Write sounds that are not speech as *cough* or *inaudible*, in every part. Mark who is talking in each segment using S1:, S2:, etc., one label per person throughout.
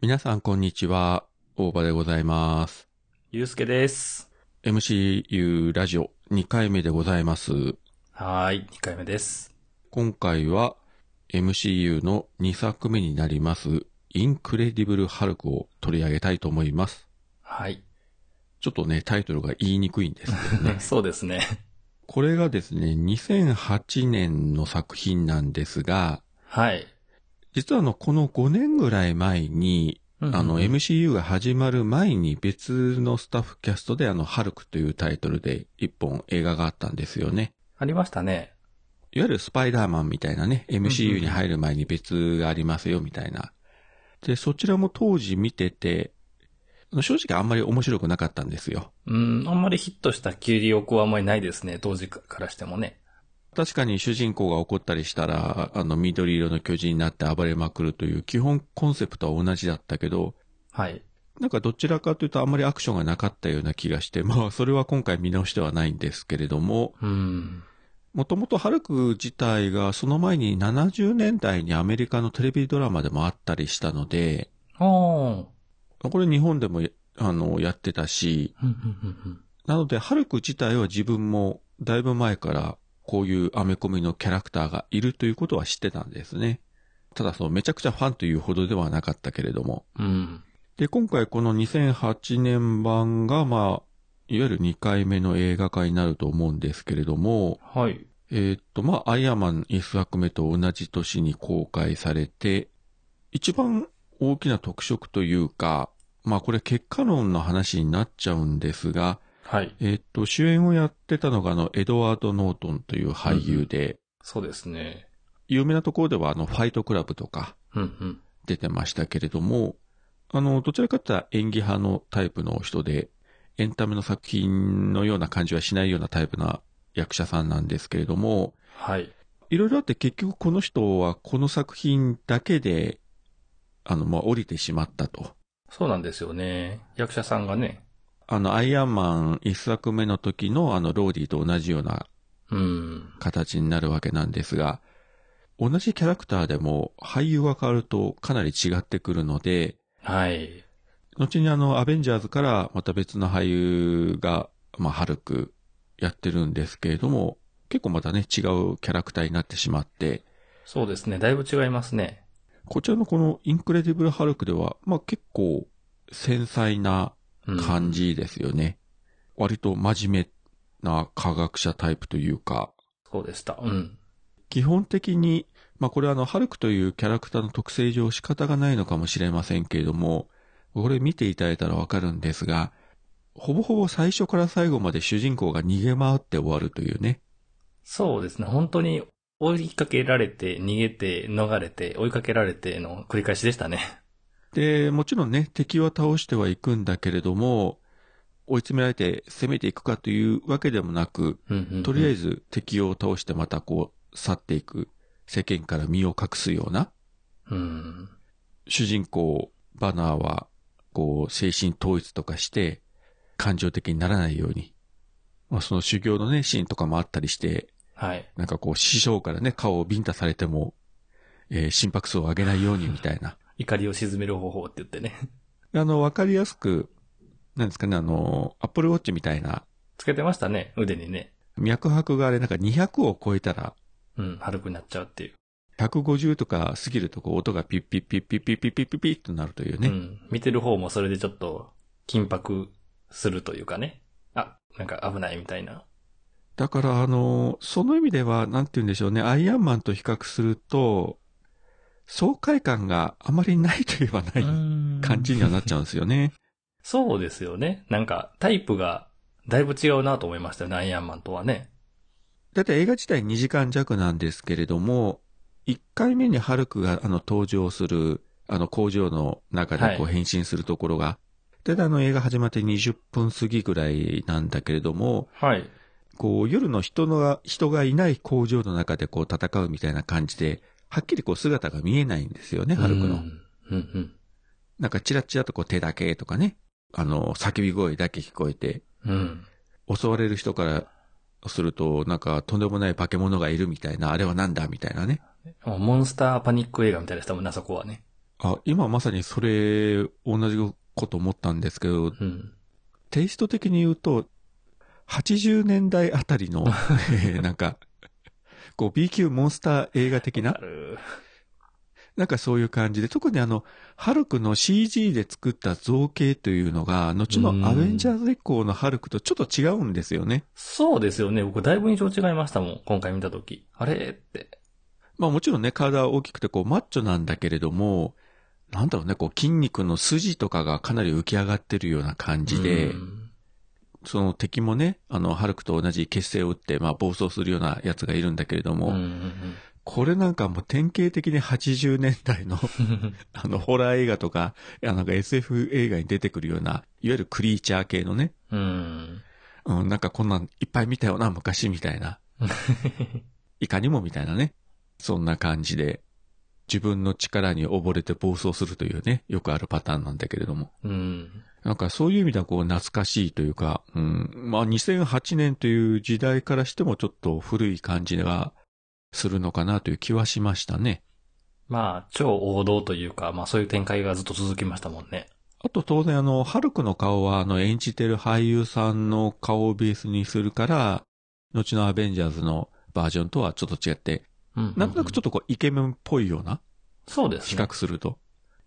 S1: 皆さん、こんにちは。大場でございます。
S2: ゆうすけです。
S1: MCU ラジオ2回目でございます。
S2: はーい、2回目です。
S1: 今回は MCU の2作目になります、インクレディブル・ハルクを取り上げたいと思います。
S2: はい。。
S1: ちょっとね、タイトルが言いにくいんですけどね
S2: *laughs* そうですね。
S1: これがですね、2008年の作品なんですが、
S2: はい。
S1: 実はあの、この5年ぐらい前に、あの、
S2: うん
S1: MCU が始まる前に別のスタッフキャストであの、ハルクというタイトルで一本映画があったんですよね。
S2: ありましたね。
S1: いわゆるスパイダーマンみたいなね、
S2: うんう
S1: MCU
S2: ん
S1: に入る前に別がありますよみたいな。で、そちらも当時見てて、あの正直あんまり面白くなかったんですよ。
S2: うん、あんまりヒットした記憶はあんまりないですね。当時からしてもね。
S1: 確かに主人公が怒ったりしたら、あの緑色の巨人になって暴れまくるという基本コンセプトは同じだったけど、
S2: はい。
S1: なんかどちらかというとあんまりアクションがなかったような気がして、まあそれは今回見直してはないんですけれども、
S2: うん。
S1: もともとハルク自体がその前に70年代にアメリカのテレビドラマでもあったりしたので、
S2: おー。
S1: これ日本でもやあのやってたし、
S2: ふんふんふんふん
S1: なのでハルク自体は自分もだいぶ前からこういうアメコミのキャラクターがいるということは知ってたんですね。ただそのめちゃくちゃファンというほどではなかったけれども。
S2: うん。
S1: で、今回この2008年版がまあ、いわゆる2回目の映画化になると思うんですけれども、
S2: はい。
S1: えーっと、まあ、アイアンマン1作目と同じ年に公開されて、一番大きな特色というか、まあ、これ結果論の話になっちゃうんですが、
S2: はい。
S1: えーっと、主演をやってたのがあの、エドワード・ノートンという俳優で、
S2: そうですね。
S1: 有名なところではあの、ファイトクラブとか
S2: うんうん。
S1: 出てましたけれども、あの、どちらかというと演技派のタイプの人で、エンタメの作品のような感じはしないようなタイプな役者さんなんですけれども、
S2: はい。
S1: いろいろあって結局この人はこの作品だけで、あの、まあ、降りてしまったと。
S2: そうなんですよね。役者さんがね。
S1: あの、アイアンマン一作目の時のあの、ローディと同じような
S2: うん。
S1: 形になるわけなんですが、同じキャラクターでも俳優が変わるとかなり違ってくるので、
S2: はい。
S1: 後にあの、アベンジャーズからまた別の俳優が、まあ、ハルクやってるんですけれども、結構またね、違うキャラクターになってしまって、
S2: そうですね。だいぶ違いますね。
S1: こちらのこのインクレディブル・ハルクでは、まあ結構繊細な
S2: うん
S1: 感。じですよね。割と真面目な科学者タイプというか、
S2: そうでした。うん。
S1: 基本的に、まあこれはあの、ハルクというキャラクターの特性上仕方がないのかもしれませんけれども、これ見ていただいたらわかるんですが、ほぼほぼ最初から最後まで主人公が逃げ回って終わるというね。
S2: そうですね。本当に追いかけられて、逃げて、逃れて、追いかけられての繰り返しでしたね。
S1: で、もちろんね、敵は倒してはいくんだけれども、追い詰められて攻めていくかというわけでもなく、とりあえ
S2: ず。
S1: ず敵を倒してまたこう、去っていく、世間から身を隠すような、
S2: うん。
S1: 主人公、バナーは、こう、精神統一とかして、感情的にならないように、まあ、その修行のね、シーンとかもあったりして、
S2: はい。
S1: なんかこう、師匠からね、顔をビンタされても、えー心拍数を上げないようにみたいな。
S2: 怒りを沈める方法って言ってね。 *laughs*
S1: あの、わかりやすく、なんですかね、あの、アップルウォッチみたいな、
S2: つけてましたね、腕にね。
S1: 脈拍があれ、なんか200を超えたら、
S2: うん、軽くなっちゃうっていう。
S1: 150とか過ぎるとこう音がピッピッピッピッピッピッピッピッピッとなるというね。
S2: うん。見てる方もそれでちょっと、緊迫するというかね。あ、なんか危ないみたいな。
S1: だからあの、その意味では、なんて言うんでしょうね、アイアンマンと比較すると、爽快感があまりないといえばない感じにはなっちゃうんですよね。
S2: そうですよね。なんか、タイプが、だいぶ違うなと思いましたよね、アイアンマンとはね。
S1: だって映画自体2時間弱なんですけれども、1回目にハルクがあの登場する、あの工場の中でこう
S2: は
S1: 変身するところが、で、あの映画始まって20分過ぎぐらいなんだけれども、
S2: はい。
S1: こう、夜の人のが、人がいない工場の中でこう戦うみたいな感じで、はっきりこう姿が見えないんですよね、ハルク
S2: う
S1: の。
S2: ん、うん、うん。
S1: なんかチラチラとこう手だけとかね、あの、叫び声だけ聞こえて、
S2: うん。
S1: 襲われる人からすると、なんかとんでもない化け物がいるみたいな、あれはなんだみたいなね。
S2: もうモンスターパニック映画みたいなしたもんな、そこはね。
S1: あ、今まさにそれ、同じこと思ったんですけど、
S2: うん。
S1: テイスト的に言うと、80年代あたりの、えーなんか、こう B 級モンスター映画的
S2: あ
S1: な、
S2: る。
S1: なんかそういう感じで、特にあの、ハルクの CG で作った造形というのが、後のアベンジャーズ以降のハルクとちょっと違うんですよね。
S2: そうですよね。僕、だいぶ印象違いましたもん。今回見たとき。あれって。
S1: まあもちろんね、体は大きくてこうマッチョなんだけれども、なんだろうね、こう筋肉の筋とかがかなり浮き上がってるような感じで、
S2: うん
S1: その敵もね、あの、ハルクと同じ結成を打って、まあ暴走するようなやつがいるんだけれども、
S2: うんうん
S1: これなんかもう典型的に80年代の
S2: うん。 *laughs*
S1: あのホラー映画とか、いやなんか SF 映画に出てくるような、いわゆるクリーチャー系のね、
S2: うん。
S1: うん、なんかこんなんいっぱい見たよな、昔みたいな。いかにもみたいなね。そんな感じで、自分の力に溺れて暴走するというね、よくあるパターンなんだけれども。
S2: うん。
S1: なんかそういう意味ではこう懐かしいというか、うん、まあ2008年という時代からしてもちょっと古い感じがするのかなという気はしましたね。
S2: まあ、超王道というか、まあそういう展開がずっと続きましたもんね。
S1: あと当然あの、ハルクの顔はあの演じてる俳優さんの顔をベースにするから、後のアベンジャーズのバージョンとはちょっと違って、
S2: うん。
S1: なんとなくちょっ
S2: っ
S1: とこうイケメンっぽいような、
S2: と、そうです
S1: 比
S2: ね。
S1: 較すると。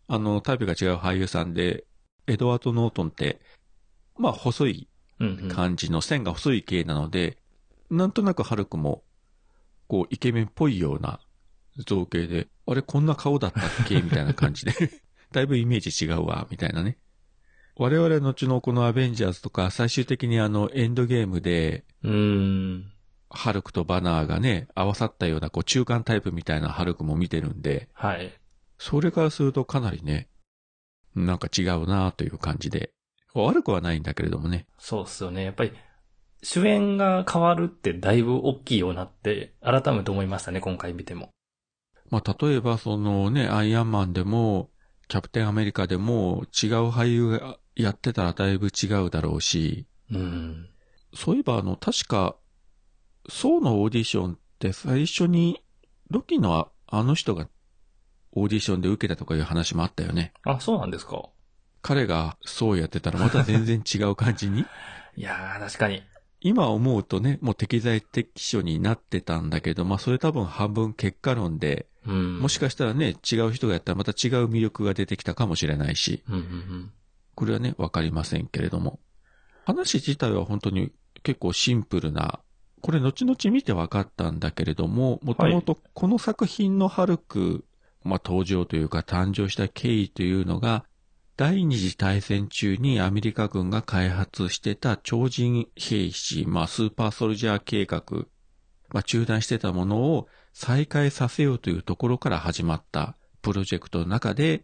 S1: あの、タイプが違う俳優さんで、エドワード・ノートンって、まあ細い
S2: うんうん
S1: 感じの線が細い系なので、なんとなくハルクも、こうイケメンっぽいような造形で、あれこんな顔だったっけみたいな感じで。だいぶイメージ違うわ、みたいなね。我々のうちのこのアベンジャーズとか、最終的にあのエンドゲームで、
S2: うん。
S1: ハルクとバナーがね、合わさったようなこう中間タイプみたいなハルクも見てるんで、
S2: はい。
S1: それからするとかなりね、なんか違うなという感じで。悪くはないんだけれどもね。
S2: そうっすよね。やっぱり、主演が変わるってだいぶ大きいようなって、改めて思いましたね、今回見ても。
S1: まあ、例えばそのね、アイアンマンでも、キャプテンアメリカでも、違う俳優がやってたらだいぶ違うだろうし、
S2: うん。
S1: そういえばあの、確か、ソーのオーディションって最初に、ロキのああの人がオーディションで受けたとかいう話もあったよね。
S2: あ、そうなんですか。
S1: 彼がそうやってたらまた全然違う感じに
S2: いやー、確かに。
S1: 今思うとね、もう適材適所になってたんだけど、まあそれ多分半分結果論で、
S2: うん。
S1: もしかしたらね、違う人がやったらまた違う魅力が出てきたかもしれないし、
S2: うんうんうん。
S1: これはね、わかりませんけれども。話自体は本当に結構シンプルな、これ後々見てわかったんだけれども、もともとこの作品のハルク、まあ登場というか誕生した経緯というのが、第二次大戦中にアメリカ軍が開発してた超人兵士、まあスーパーソルジャー計画、まあ中断してたものを再開させようというところから始まったプロジェクトの中で、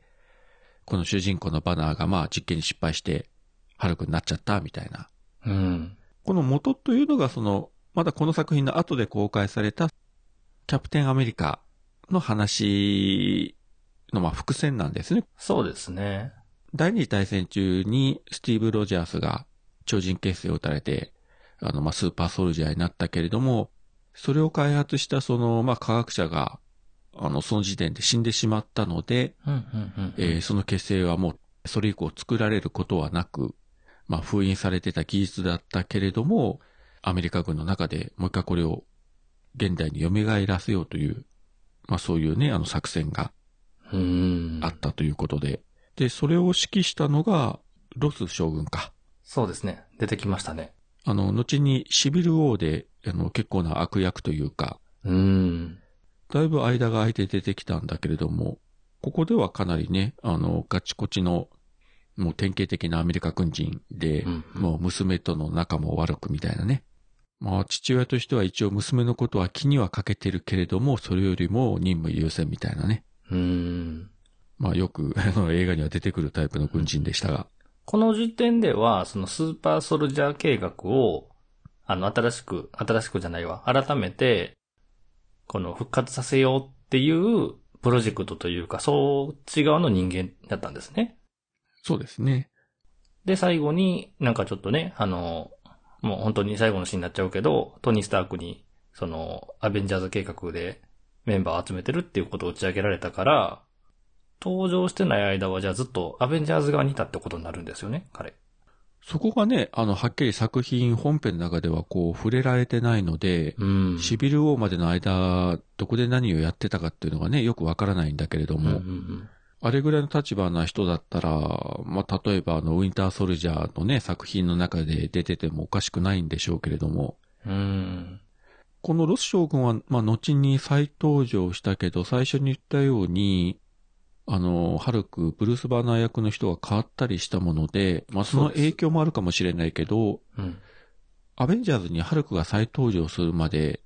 S1: この主人公のバナーがまあ実験に失敗して、ハルクになっちゃったみたいな。
S2: うん。
S1: この元というのがその、まだこの作品の後で公開されたキャプテンアメリカの話のまあ伏線なんですね。
S2: そうですね。
S1: 第二次大戦中にスティーブ・ロジャースが超人結成を打たれて、あの、まあ、スーパーソルジャーになったけれども、それを開発したその、まあ、科学者が、あの、その時点で死んでしまったので、
S2: うんうんうん。
S1: えーその結成はもうそれ以降作られることはなく、まあ封印されてた技術だったけれども、アメリカ軍の中でもう一回これを現代に蘇らせようという、まあそういうね、あの作戦が
S2: うん。
S1: あったということで、で、それを指揮したのがロス将軍か。
S2: そうですね。出てきましたね。
S1: あの、後にシビル王で、あの、結構な悪役というか、
S2: うん。
S1: だいぶ間が空いて出てきたんだけれども、ここではかなりね、あの、ガチコチの、もう典型的なアメリカ軍人で、
S2: うん
S1: もう娘との仲も悪くみたいなね。まあ、父親としては一応娘のことは気にはかけてるけれども、それよりも任務優先みたいなね。
S2: うん。
S1: まあ、よく、あの、映画には出てくるタイプの軍人でしたが。
S2: この時点では、そのスーパーソルジャー計画を、あの、新しく、新しくじゃないわ、改めて、この復活させようっていうプロジェクトというか、そっち側の人間だったんですね。
S1: そうですね。
S2: で、最後になんかちょっとね、あの、もう本当に最後のシーンになっちゃうけど、トニー・スタークに、その、アベンジャーズ計画でメンバーを集めてるっていうことを打ち上げられたから、登場してない間は、じゃあずっとアベンジャーズ側にいたってことになるんですよね、彼。
S1: そこがね、あの、はっきり作品本編の中ではこう触れられてないので、
S2: うん
S1: シビル王までの間、どこで何をやってたかっていうのがね、よくわからないんだけれど
S2: うん
S1: も、
S2: うん
S1: あれぐらいの立場な人だったら、まあ、例えばあの、ウィンターソルジャーのね、作品の中で出ててもおかしくないんでしょうけれども、
S2: うん。うん。
S1: このロス将軍は、まあ、後に再登場したけど、最初に言ったように、あの、ハルク、ブルース・バーナー役の人が変わったりしたもので、まあ、その
S2: そうです
S1: 影響もあるかもしれないけど、
S2: うん。
S1: アベンジャーズにハルクが再登場するまで、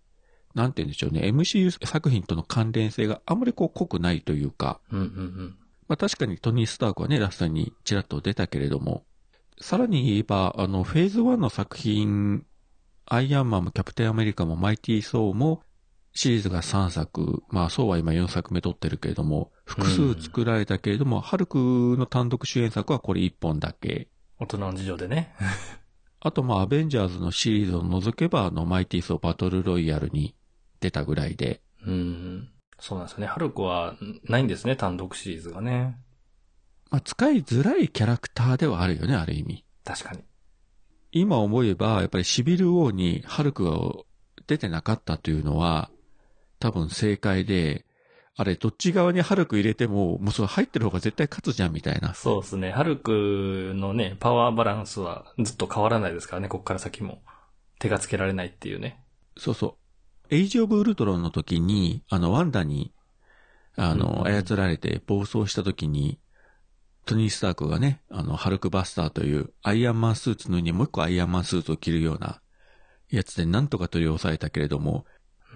S1: なんて言うんでしょうね、MCU 作品との関連性があんまりこう濃くないというか、
S2: うんうんうん。
S1: まあ確かにトニー・スタークはね、ラストにちらっと出たけれども、さらに言えば、あの、フェーズ1の作品、アイアンマンもキャプテンアメリカもマイティー・ソーも、シリーズが3作、まあ、ソーは今4作目撮ってるけれども、複数作られたけれども、ハルクの単独主演作はこれ1本だけ。
S2: 大人の事情でね。
S1: あとまあ、アベンジャーズのシリーズを除けば、あの、マイティーソーバトルロイヤルに出たぐらいで、
S2: うん。そうなんですよね。ハルクはんないんですね、単独シリーズがね。
S1: まあ、使いづらいキャラクターではあるよね、ある意味。
S2: 確かに。
S1: 今思えば、やっぱりシビル王にハルクが出てなかったというのは、多分正解で、あれ、どっち側にハルク入れても、もうそれ入ってる方が絶対勝つじゃん、みたいな。
S2: そうですね。ハルクのね、パワーバランスはずっと変わらないですからね、こっから先も。手がつけられないっていうね。
S1: そうそう。エイジ・オブ・ウルトロンの時に、あの、ワンダに、あの、
S2: うん
S1: 操られて暴走した時に、トニー・スタークがね、あの、ハルクバスターというアイアンマンスーツの上にもう一個アイアンマンスーツを着るようなやつでなんとか取り押さえたけれども、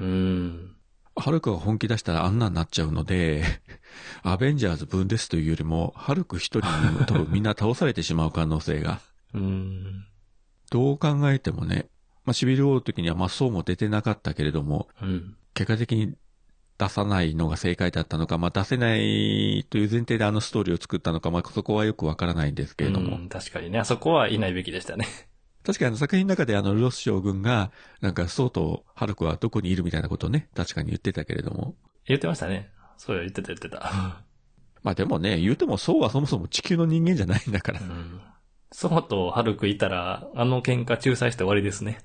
S2: うん。
S1: ハルクが本気出したらあんなになっちゃうので、 *laughs* アベンジャーズ分ですというよりも、ハルク一人に多分みんな倒されてしまう可能性が。
S2: うん。
S1: どう考えてもね、まあ、シビル王の時にはまあそうも出てなかったけれども、
S2: うん。
S1: 結果的に出さないのが正解だったのか、まあ、出せないという前提であのストーリーを作ったのか、まあ、そこはよくわからないんですけれども、
S2: うん確かにね、あそこはいないべきでしたね。 *laughs*
S1: 確かにあの作品の中であのロス将軍が、なんかソウとハルクはどこにいるみたいなことをね、確かに言ってたけれども、
S2: 言ってましたね。そう言ってた言ってた。
S1: まあでもね、言うてもソウはそもそも地球の人間じゃないんだから
S2: *laughs* う、ん。そうとハルクいたら、あの喧嘩仲裁して終わりですね。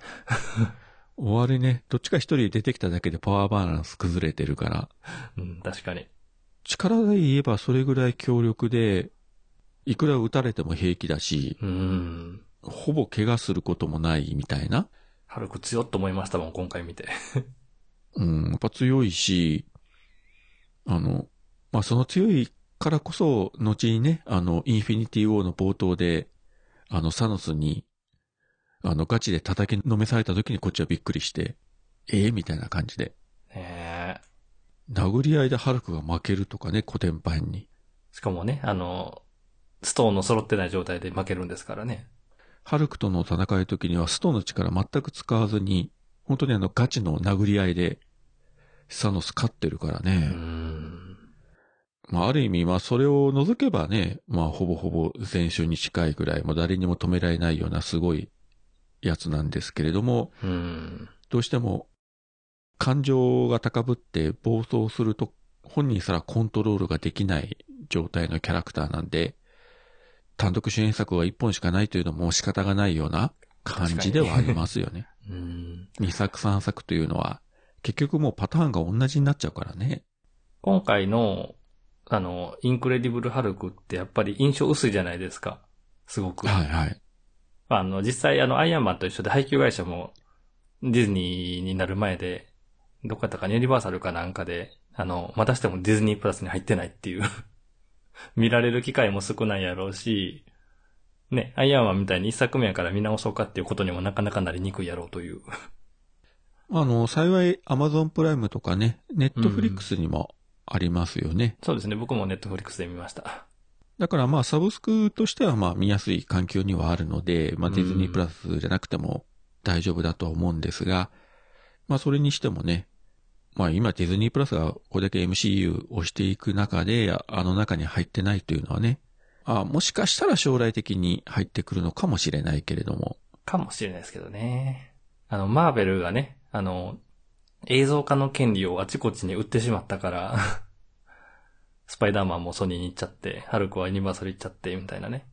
S1: 終わりね、どっちか一人出てきただけでパワーバランス崩れてるから、
S2: うん、確かに。
S1: 力で言えばそれぐらい強力で、いくら撃たれても平気だし、
S2: うん。
S1: ほぼ怪我することもないみたいな。
S2: ハルク強っと思いましたもん、今回見て。
S1: うん、やっぱ強いし、あの、まあ、その強いからこそ、後にね、あの、インフィニティ・ウォーの冒頭で、あの、サノスに、あの、ガチで叩きのめされた時にこっちはびっくりして、ええみたいな感じで。
S2: ねえ
S1: 殴り合いでハルクが負けるとかね、古典版に。
S2: しかもね、あの、ストーンの揃ってない状態で負けるんですからね。
S1: ハルクとの戦いの時にはストの力全く使わずに、本当にあのガチの殴り合いで、サノス勝ってるから
S2: う
S1: ね。
S2: ん。
S1: まあある意味、まあそれを除けばね、まあほぼほぼ全勝に近いぐらい、もう誰にも止められないようなすごいやつなんですけれども、
S2: うん。
S1: どうしても感情が高ぶって暴走すると本人すらコントロールができない状態のキャラクターなんで、単独主演作は一本しかないというのも仕方がないような感じではありますよね。
S2: うん
S1: 2作3作というのは、結局もうパターンが同じになっちゃうからね。
S2: 今回の、あの、インクレディブル・ハルクってやっぱり印象薄いじゃないですか。すごく。
S1: はいはい。
S2: あの、実際あの、アイアンマンと一緒で配給会社もディズニーになる前で、どこやったかなユニバーサルかなんかで、あの、またしてもディズニープラスに入ってないっていう。 *laughs* 見られる機会も少ないやろうし、ね、アイアンマンみたいに一作目やから見直そうかっていうことにもなかなかなりにくいやろうという。
S1: あの、幸い Amazon プライムとかね、Netflix にもありますよね。
S2: そうですね、僕もネットフリックスで見ました。
S1: だからまあサブスクとしてはまあ見やすい環境にはあるので、まあ
S2: うん
S1: ディズニープラスじゃなくても大丈夫だとは思うんですが、まあそれにしてもね、まあ今ディズニープラスがこれだけ MCU をしていく中で、ああの中に入ってないというのはね、あもしかしたら将来的に入ってくるのかもしれないけれども、
S2: かもしれないですけどね。あの、マーベルがね、あの、映像化の権利をあちこちに売ってしまったから、 *laughs* スパイダーマンもソニーに行っちゃって、ハルクはユニバーサル行っちゃって、みたいなね。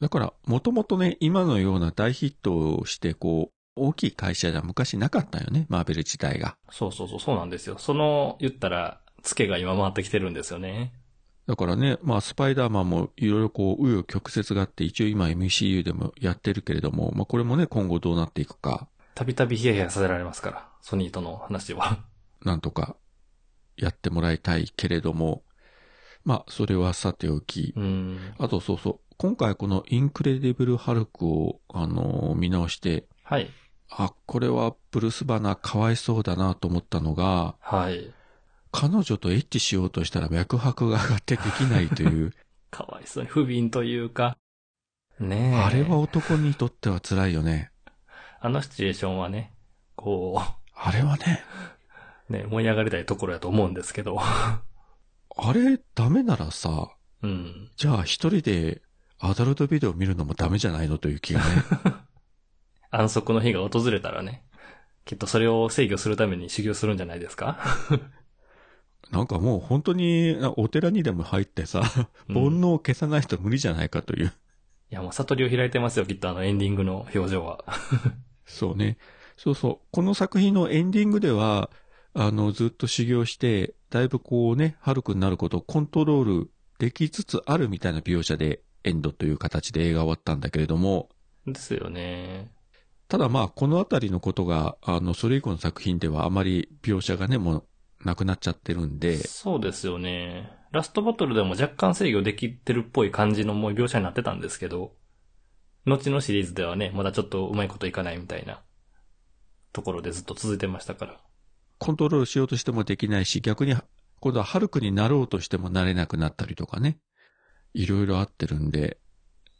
S1: だから、もともとね、今のような大ヒットをして、こう、大きい会社じゃ昔なかったよね、マーベル自体が。
S2: そうそうそう、そうなんですよ。その、言ったら、ツケが今回ってきてるんですよね。
S1: だからね、まあ、スパイダーマンもいろいろこう、紆余曲折があって、一応今 MCU でもやってるけれども、まあ、これもね、今後どうなっていくか、
S2: たびたびヒヤヒヤさせられますから、ソニーとの話は。 *laughs*
S1: なんとかやってもらいたいけれども、まあ、それはさておき
S2: う、ん。
S1: あとそうそう、今回このインクレディブル・ハルクを、あのー見直して、
S2: はい。
S1: あ、これはブルース・バナーかわいそうだなと思ったのが、
S2: はい。
S1: 彼女とエッチしようとしたら脈拍が上がってできないという、
S2: かわいそうに、不憫というか。ねえ。
S1: あれは男にとっては辛いよね。
S2: あのシチュエーションはね、こ
S1: あれはね、
S2: う、ね、燃え上がりたいところやと思うんですけど。
S1: あれダメならさ、
S2: うん。
S1: じゃあ一人でアダルトビデオ見るのもダメじゃないのという気がね。
S2: 安息の日が訪れたらね、きっとそれを制御するために修行するんじゃないです *laughs* か
S1: なんかもう本当になお寺にでも入ってさ、
S2: う
S1: 煩
S2: ん
S1: 悩を消さないと無理じゃないかという。
S2: いや、もう悟りを開いてますよ、きっとあのエンディングの表情は。
S1: そうね。そうそう。この作品のエンディングでは、あの、ずっと修行して、だいぶこうね、ハルクになることをコントロールできつつあるみたいな描写で、エンドという形で映画終わったんだけれども、
S2: *laughs* ですよね。
S1: ただまあ、このあたりのことが、あの、それ以降の作品ではあまり描写がね、もう、なくなっちゃってるんで、
S2: そうですよね。ラストバトルでも若干制御できてるっぽい感じのもう描写になってたんですけど、後のシリーズではね、まだちょっとうまいこといかないみたいなところでずっと続いてましたから。
S1: コントロールしようとしてもできないし、逆に、今度はハルクになろうとしてもなれなくなったりとかね。いろいろあってるんで、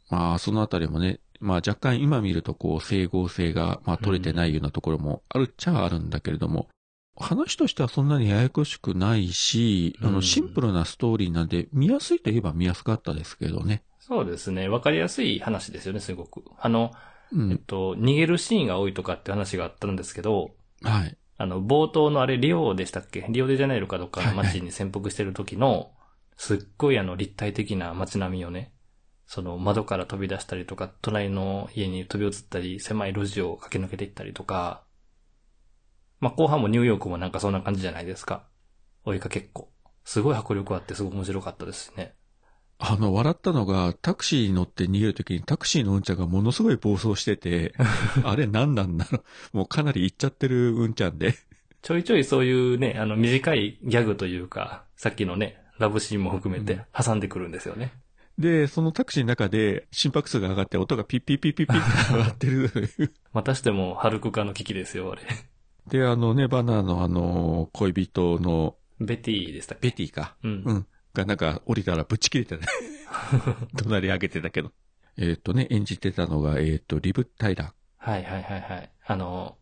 S1: まあ、そのあたりもね、まあ若干今見るとこう、整合性が、まあ取れてないようなところもあるっちゃあるんだけれども、話としてはそんなにややこしくないし、あ
S2: うん
S1: の、シンプルなストーリーなんで、見やすいといえば見やすかったですけどね。
S2: そうですね。わかりやすい話ですよね、すごく。あの、
S1: う
S2: えっ
S1: ん。
S2: と、逃げるシーンが多いとかって話があったんですけど、
S1: はい。
S2: あの、冒頭のあれ、リオでしたっけリオデジャネイロかどっかの
S1: はいはい
S2: 街に潜伏してる時の、すっごいあの立体的な街並みをね、その窓から飛び出したりとか、隣の家に飛び移ったり、狭い路地を駆け抜けていったりとか、まあ、後半もニューヨークもなんかそんな感じじゃないですか。追いかけっこ。すごい迫力あってすごい面白かったですしね。
S1: あの、笑ったのが、タクシーに乗って逃げるときにタクシーのうんちゃんがものすごい暴走してて、あれ何なんだろう。もうかなり行っちゃってるうんちゃんで。
S2: ちょいちょいそういうね、あの短いギャグというか、さっきのね、ラブシーンも含め
S1: う
S2: て
S1: ん
S2: 挟んでくるんですよね。
S1: で、そのタクシーの中で心拍数が上がって音がピッピッピッピッピッって上がってるという。
S2: またしても、ハルク化の危機ですよ、あれ。
S1: で、あのね、バナーのあの、恋人の
S2: ベティでしたっけ
S1: ベティか。
S2: う。
S1: うんん。がなんか降りたらぶち切れてね。怒鳴り上げてたけど。えっ、とね、演じてたのが、えっ、と、リブ・タイラー。
S2: はいはいはいはい。あの、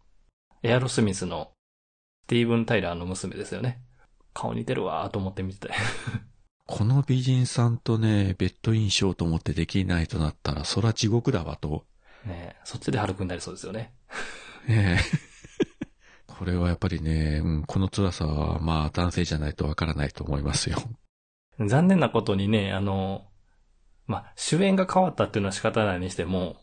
S2: エアロスミスのスティーブン・タイラーの娘ですよね。顔似てるわーと思って見 *laughs* てて。
S1: この美人さんとね、ベッドインしようと思ってできないとなったら、そら地獄だわと。
S2: ねえそっちでハルクになりそうですよね。
S1: ねえ *laughs* これはやっぱりね、うん、この辛さは、まあ、男性じゃないとわからないと思いますよ。
S2: 残念なことにね、あの、まあ、主演が変わったっていうのは仕方ないにしても、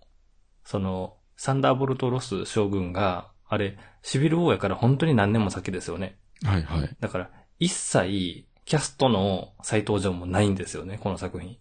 S2: その、サンダーボルト・ロス将軍が、あれ、シビル王やから本当に何年も先ですよね。
S1: はいはい。
S2: だから、一切、キャストの再登場もないんですよね、この作品。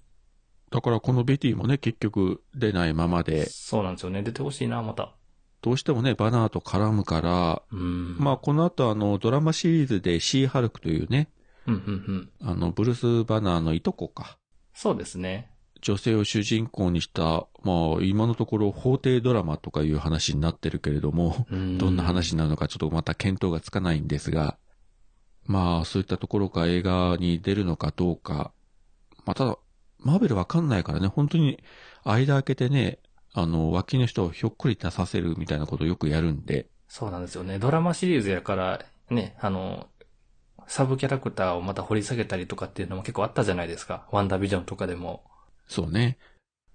S1: だからこのベティもね、結局出ないままで、
S2: そうなんですよね。出てほしいな、また。
S1: どうしてもね、バナーと絡むから、
S2: うん。
S1: まあ、この後あの、ドラマシリーズでシー・ハルクというね、
S2: うんうんうん。
S1: あの、ブルース・バナーのいとこか。
S2: そうですね。
S1: 女性を主人公にした、まあ、今のところ法廷ドラマとかいう話になってるけれども、
S2: ど
S1: どん
S2: ん
S1: な話になるのかちょっとまた見当がつかないんですが、まあそういったところから映画に出るのかどうか、まあただ、マーベルわかんないからね、本当に間開けてね、あの、脇の人をひょっこり出させるみたいなことをよくやるんで、
S2: そうなんですよね。ドラマシリーズやから、ね、あの、サブキャラクターをまた掘り下げたりとかっていうのも結構あったじゃないですか。ワンダービジョンとかでも。
S1: そうね。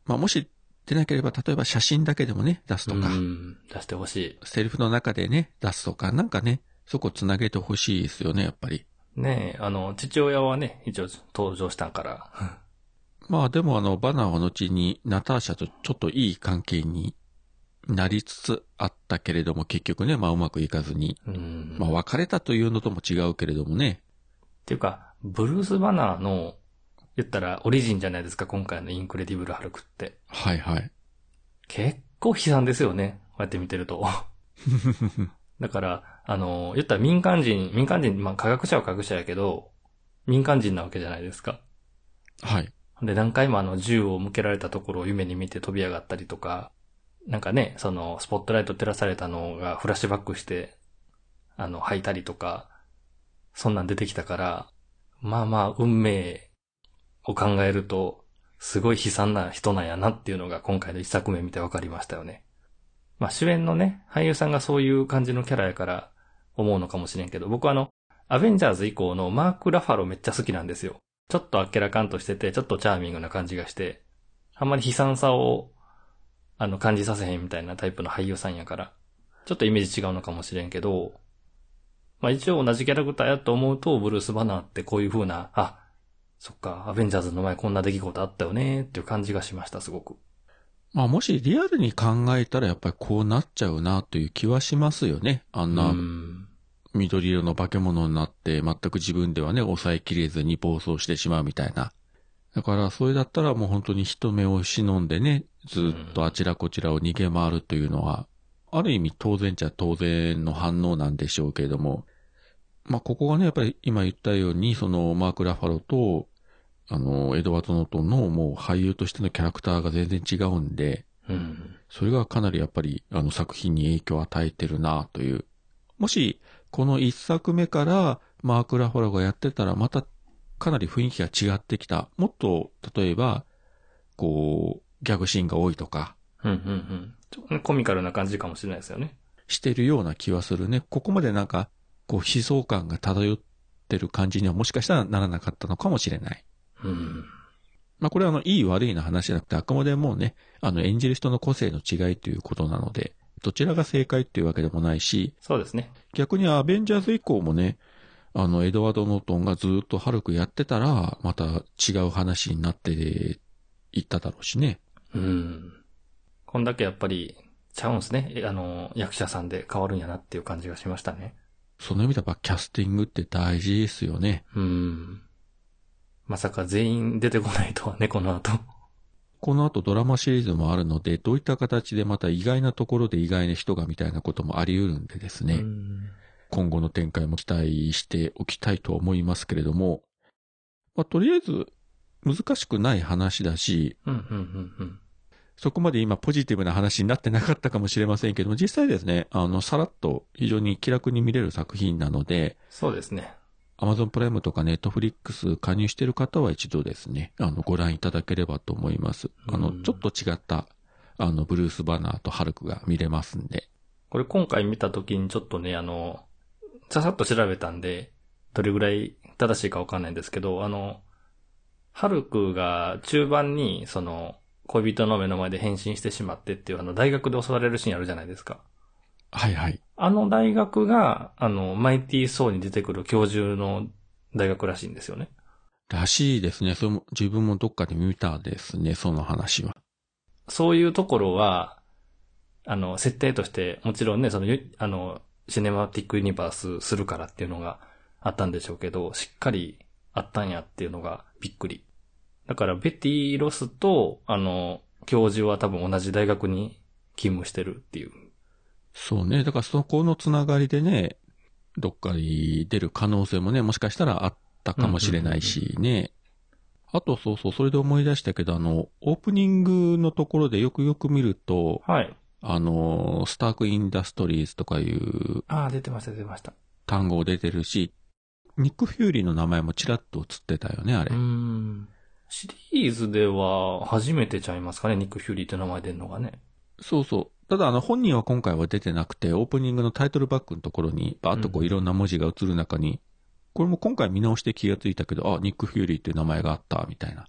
S1: まあもし出なければ、例えば写真だけでもね、出すとか、
S2: うん出してほしい。
S1: セリフの中でね、出すとか、なんかね、そこつなげてほしいですよね、やっぱり。
S2: ねえ、あの、父親はね、一応登場したんから。
S1: まあでもあの、バナーは後にナターシャとちょっといい関係になりつつあったけれども、結局ね、まあうまくいかずに、
S2: うん。
S1: まあ別れたというのとも違うけれどもね、
S2: っていうか、ブルース・バナーの、言ったらオリジンじゃないですか、今回のインクレディブル・ハルクって。
S1: はいはい。
S2: 結構悲惨ですよね。こうやって見てると。だから、あの、言ったら民間人、民間人、まあ科学者は科学者やけど、民間人なわけじゃないですか。
S1: *laughs* はい。
S2: で、何回もあの銃を向けられたところを夢に見て飛び上がったりとか、なんかね、そのスポットライト照らされたのがフラッシュバックして、あの、吐いたりとか、そんなん出てきたから、まあまあ、運命を考えると、すごい悲惨な人なんやなっていうのが今回の一作目見て分かりましたよね。まあ主演のね、俳優さんがそういう感じのキャラやから思うのかもしれんけど、僕はあの、アベンジャーズ以降のマーク・ラファロめっちゃ好きなんですよ。ちょっとあっけらかんとしてて、ちょっとチャーミングな感じがして、あんまり悲惨さを、あの、感じさせへんみたいなタイプの俳優さんやから、ちょっとイメージ違うのかもしれんけど、まあ一応同じキャラクターやと思うと、ブルース・バナーってこういう風な、あ、そっか、アベンジャーズの前こんな出来事あったよねっていう感じがしました、すごく。
S1: まあもしリアルに考えたらやっぱりこうなっちゃうなという気はしますよね。あん
S2: う。
S1: なん緑色の化け物になって全く自分ではね、抑えきれずに暴走してしまうみたいな。だからそれだったらもう本当に人目を忍んでね、ずっとあちらこちらを逃げ回るというのは、ある意味当然っちゃ当然の反応なんでしょうけれども、まあここがね、やっぱり今言ったように、そのマーク・ラファロと、あの、エドワード・ノートンのもう俳優としてのキャラクターが全然違うんで、
S2: うん。
S1: それがかなりやっぱりあの作品に影響を与えてるなという。もし、この一作目からマーク・ラファロがやってたらまたかなり雰囲気が違ってきた。もっと、例えば、こう、ギャグシーンが多いとか
S2: うん、うん、うん。ちょっとね、コミカルな感じかもしれないですよね。
S1: してるような気はするね。ここまでなんか、こう、悲壮感が漂ってる感じにはもしかしたらならなかったのかもしれない。
S2: うん。
S1: まあこれはあの、いい悪いの話じゃなくて、あくまでもね、あの、演じる人の個性の違いということなので、どちらが正解っていうわけでもないし、
S2: そうですね。
S1: 逆にアベンジャーズ以降もね、あの、エドワード・ノートンがずっとハルクやってたら、また違う話になっていっただろうしね。
S2: うん。こんだけやっぱり、ちゃうんすね。えあの、役者さんで変わるんやなっていう感じがしましたね。
S1: その意味ではやっぱキャスティングって大事ですよね。
S2: うん。まさか全員出てこないとはね、この後。
S1: この後ドラマシリーズもあるので、どういった形でまた意外なところで意外な人がみたいなこともあり得るんでですね、
S2: うん
S1: 今後の展開も期待しておきたいとは思いますけれども、まあ、とりあえず難しくない話だし、
S2: うん、うん、うん、うん。
S1: そこまで今ポジティブな話になってなかったかもしれませんけども、実際ですね、あの、さらっと非常に気楽に見れる作品なので、
S2: そうですね。
S1: Amazon プライムとか Netflix 加入している方は一度ですね、あの、ご覧いただければと思います。あ
S2: う
S1: の、
S2: ん
S1: ちょっと違った、あの、ブルース・バナーとハルクが見れますんで。
S2: これ今回見た時にちょっとね、あの、ささっと調べたんで、どれぐらい正しいかわかんないんですけど、あの、ハルクが中盤に、その、恋人の目の前で変身してしまってっていう、あの、大学で襲われるシーンあるじゃないですか。
S1: はいはい。
S2: あの大学が、あの、マイティー・ソーに出てくる教授の大学らしいんですよね。
S1: らしいですね。それも、自分もどっかで見たですね、その話は。
S2: そういうところは、あの、設定として、もちろんね、その、ゆあの、シネマティックユニバースするからっていうのがあったんでしょうけど、しっかりあったんやっていうのがびっくり。だから、ベティ・ロスと、あの、教授は多分同じ大学に勤務してるっていう。
S1: そうね。だからそこのつながりでね、どっかに出る可能性もね、もしかしたらあったかもしれないしね。あとそうそう、それで思い出したけど、あの、オープニングのところでよくよく見ると、
S2: はい。
S1: あの、スタークインダストリーズとかいう
S2: ああ、出てました、出てました。
S1: 単語出てるし、ニック・フューリーの名前もちらっと映ってたよね、あれ
S2: うー。ん。シリーズでは初めてちゃいますかね、ニック・フューリーって名前出るのがね。
S1: そうそう。ただあの本人は今回は出てなくて、オープニングのタイトルバックのところに、バーッとこう
S2: う
S1: んいろんな文字が映る中に、これも今回見直して気がついたけど、あ、ニック・フューリーっていう名前があった、みたいな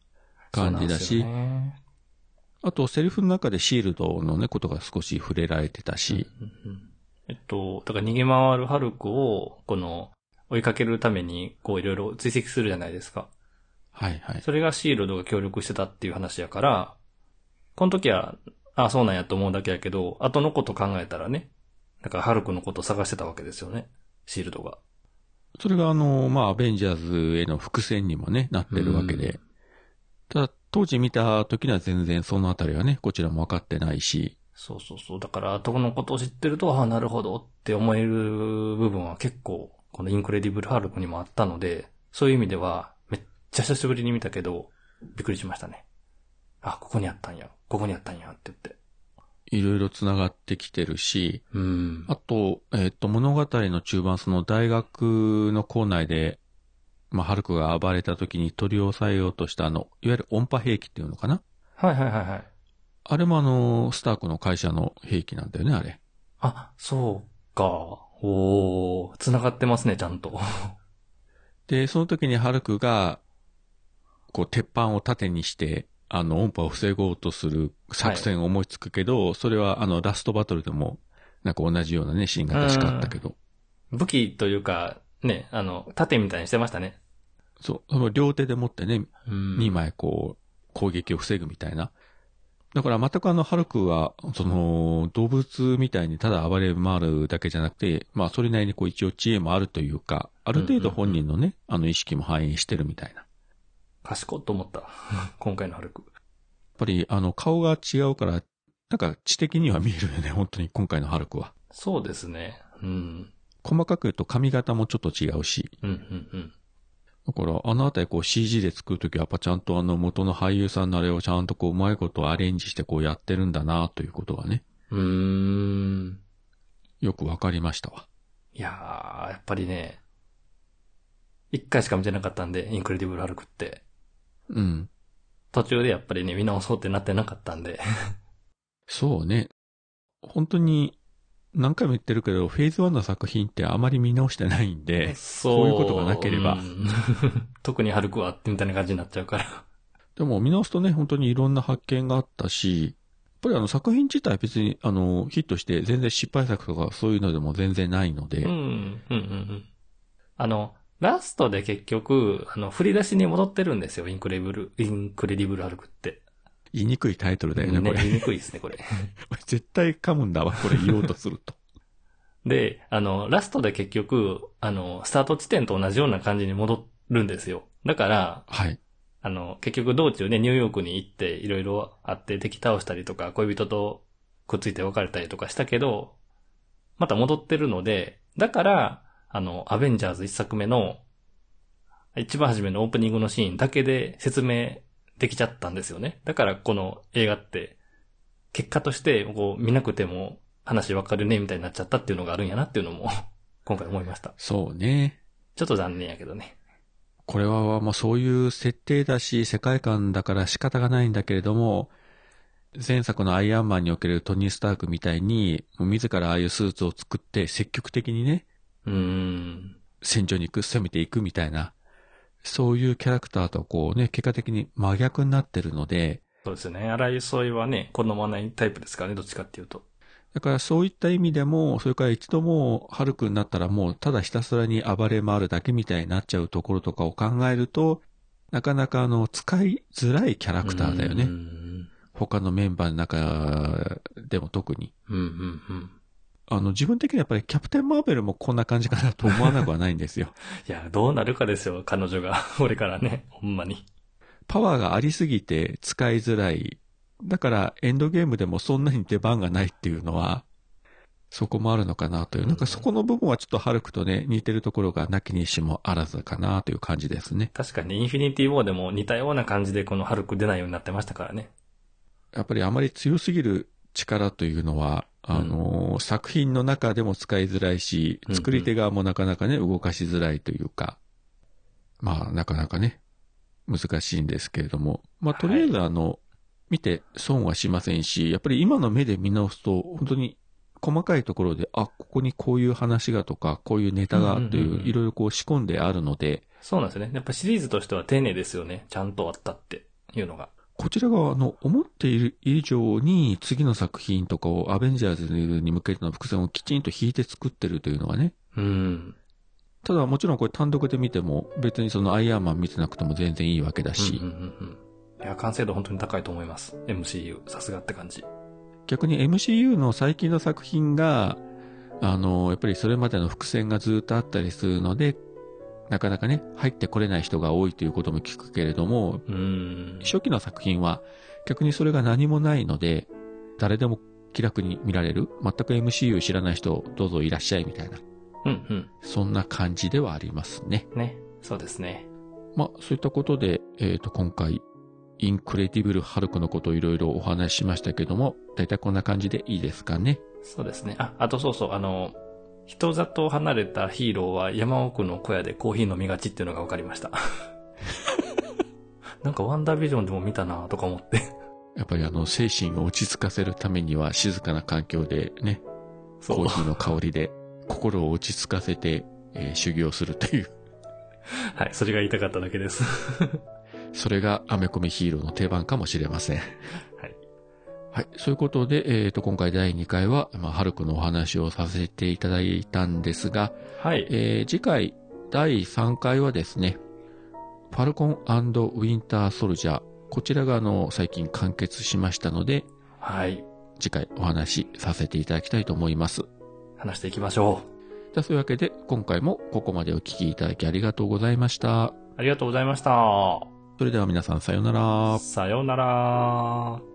S1: 感じだし、
S2: そうなんですよね
S1: あとセリフの中でシールドのね、ことが少し触れられてたし、
S2: うんうんうんえっと、だから逃げ回るハルクを、この、追いかけるために、こういろいろ追跡するじゃないですか。
S1: はいはい。
S2: それがシールドが協力してたっていう話やから、この時は、あ、そうなんやと思うだけやけど、後のこと考えたらね、だからハルクのことを探してたわけですよね、シールドが。
S1: それがあの、まあ、アベンジャーズへの伏線にもね、なってるわけで。
S2: うん
S1: ただ、当時見た時には全然そのあたりはね、こちらも分かってないし、
S2: そうそうそう。だから、後のことを知ってると、ああ、なるほどって思える部分は結構、このインクレディブルハルクにもあったので、そういう意味では、めっちゃ久しぶりに見たけど、びっくりしましたね。あ、ここにあったんや、ここにあったんやって言って。
S1: いろいろ繋がってきてるし、
S2: うん。
S1: あと、えっ、と、物語の中盤、その大学の校内で、まあ、ハルクが暴れた時に取り押さえようとしたあの、いわゆる音波兵器っていうのかな
S2: はいはいはいはい。
S1: あれもあの、スタークの会社の兵器なんだよね、あれ。
S2: あ、そうか。おー、繋がってますね、ちゃんと。
S1: で、その時にハルクが、こう、鉄板を盾にして、あの、音波を防ごうとする作戦を思いつくけど、それはあの、ラストバトルでも、なんか同じようなね、シーンが確かあったけど、
S2: 武器というか、ね、あの、盾みたいにしてましたね。
S1: そう、その両手で持ってね、
S2: うん
S1: 2枚こう、攻撃を防ぐみたいな。だから全くあの、ハルクは、その、動物みたいにただ暴れ回るだけじゃなくて、まあ、それなりにこう、一応知恵もあるというか、ある程度本人のね、あの、意識も反映してるみたいな。やっ
S2: 賢っと思った。今回のハルク。
S1: ぱり、あの、顔が違うから、なんか知的には見えるよね、本当に今回のハルクは。
S2: そうですね。うん。
S1: 細かく言うと髪型もちょっと違うし。
S2: うん、うん、うん。
S1: だから、あのあたりこう CG で作るときは、やっぱちゃんとあの元の俳優さんのあれをちゃんとこううまいことアレンジしてこうやってるんだなということがね、
S2: うーん。
S1: よくわかりましたわ。
S2: いやー、やっぱりね、一回しか見てなかったんで、インクレディブルハルクって。
S1: うん。
S2: 途中でやっぱりね、見直そうってなってなかったんで。
S1: そうね。本当に、何回も言ってるけど、フェーズ1の作品ってあまり見直してないん
S2: *laughs*
S1: で、
S2: そう
S1: いうことがなければ
S2: うん *laughs* 特にハルクはってみたいな感じになっちゃうから。
S1: でも見直すとね、本当にいろんな発見があったし、やっぱりあの作品自体別にあのヒットして全然失敗作とかそういうのでも全然ないので、
S2: うん、うん、うん、うん。あの、ラストで結局、あの、振り出しに戻ってるんですよ、インクレディブル、インクレディブルハルクって。
S1: 言いにくいタイトルだよね、これ。 *laughs*
S2: 言いにくいですね、これ。
S1: 絶対噛むんだわ、これ言おうとすると。
S2: で、あの、ラストで結局、あの、スタート地点と同じような感じに戻るんですよ。だから、
S1: *laughs* はい。
S2: あの、結局道中ね、ニューヨークに行って、いろいろあって敵倒したりとか、恋人とくっついて別れたりとかしたけど、また戻ってるので、だから、あの、アベンジャーズ一作目の、一番初めのオープニングのシーンだけで説明できちゃったんですよね。だから、この映画って、結果として、こう、見なくても話わかるね、みたいになっちゃったっていうのがあるんやなっていうのも、今回思いました。
S1: そうね。
S2: ちょっと残念やけどね。
S1: これはまあそういう設定だし、世界観だから仕方がないんだけれども、前作のアイアンマンにおけるトニー・スタークみたいに、もう自らああいうスーツを作って積極的にね、
S2: うーん。
S1: 戦場に行く、攻めていくみたいな、そういうキャラクターとこうね、結果的に真逆になってるので、
S2: そうですよね。荒い添いはね、好まないタイプですからね、どっちかっていうと。
S1: だからそういった意味でも、それから一度もうハルクになったらもうただひたすらに暴れ回るだけみたいになっちゃうところとかを考えると、なかなかあの、使いづらいキャラクターだよね
S2: う。ん
S1: 他のメンバーの中でも特に。
S2: うんうんうん。
S1: あの、自分的にはやっぱりキャプテン・マーベルもこんな感じかなと思わなくはないんですよ。 *laughs*
S2: いや、どうなるかですよ、彼女が。 *laughs* 俺からね、ほんまに。
S1: パワーがありすぎて使いづらい。だから、エンドゲームでもそんなに出番がないっていうのは、そこもあるのかなという。なんかそこの部分はちょっとハルクとね、似てるところがなきにしもあらずかなという感じですね。
S2: 確かに、インフィニティウォーでも似たような感じでこのハルク出ないようになってましたからね。
S1: やっぱりあまり強すぎる力というのは、あのー作品の中でも使いづらいし
S2: う、んうん
S1: 作り手側もなかなかね、動かしづらいというか、まあ、なかなかね、難しいんですけれども、まあ、
S2: はい
S1: とりあえずあの、見て損はしませんし、やっぱり今の目で見直すと、本当に細かいところで、あ、ここにこういう話がとか、こういうネタがと
S2: うんうん
S1: い
S2: う
S1: う、
S2: ん
S1: いろいろこう仕込んであるので、
S2: そうなんですよね。やっぱシリーズとしては丁寧ですよね。ちゃんとあったっていうのが。
S1: こちらが、あの、思っている以上に、次の作品とかをアベンジャーズに向けての伏線をきちんと引いて作ってるというのがね、
S2: うん。
S1: ただもちろんこれ単独で見ても別にそのアイアンマン見てなくても全然いいわけだし、
S2: うんうんうんうん。いや、完成度本当に高いと思います。MCU、さすがって感じ。
S1: 逆に MCU の最近の作品が、あの、やっぱりそれまでの伏線がずっとあったりするので、なかなかね、入ってこれない人が多いということも聞くけれども、
S2: うーん。
S1: 初期の作品は逆にそれが何もないので、誰でも気楽に見られる、全く MCU 知らない人どうぞいらっしゃいみたいな、
S2: うんうん。
S1: そんな感じではありますね。
S2: ね。そうですね。
S1: まあ、そういったことで、えっ、と、今回、インクレディブル・ハルクのことをいろいろお話ししましたけども、だいたいこんな感じでいいですかね。
S2: そうですね。あ、あとそうそう、あの、人里離れたヒーローは山奥の小屋でコーヒー飲みがちっていうのが分かりました。 *laughs* なんかワンダービジョンでも見たなとか思って。
S1: やっぱりあの、精神を落ち着かせるためには静かな環境でね、
S2: そ
S1: コー
S2: う。
S1: ヒーの香りで心を落ち着かせて、えー修行するという、
S2: はい、それが言いたかっただけです。
S1: それがアメコミヒーローの定番かもしれません。
S2: *laughs* はい。
S1: はい。そういうことで、えっ、と、今回第2回は、まあ、ハルクのお話をさせていただいたんですが、
S2: *laughs* はい。
S1: えー次回第3回はですね、ファルコンウィンターソルジャー。こちらがあの、最近完結しましたので、
S2: はい。
S1: 次回お話しさせていただきたいと思います。
S2: 話していきましょ
S1: じゃあそういうわけで、今回もここまでお聞きいただきありがとうございました
S2: う。。ありがとうございました。
S1: それでは皆さんさようなら。
S2: さようなら。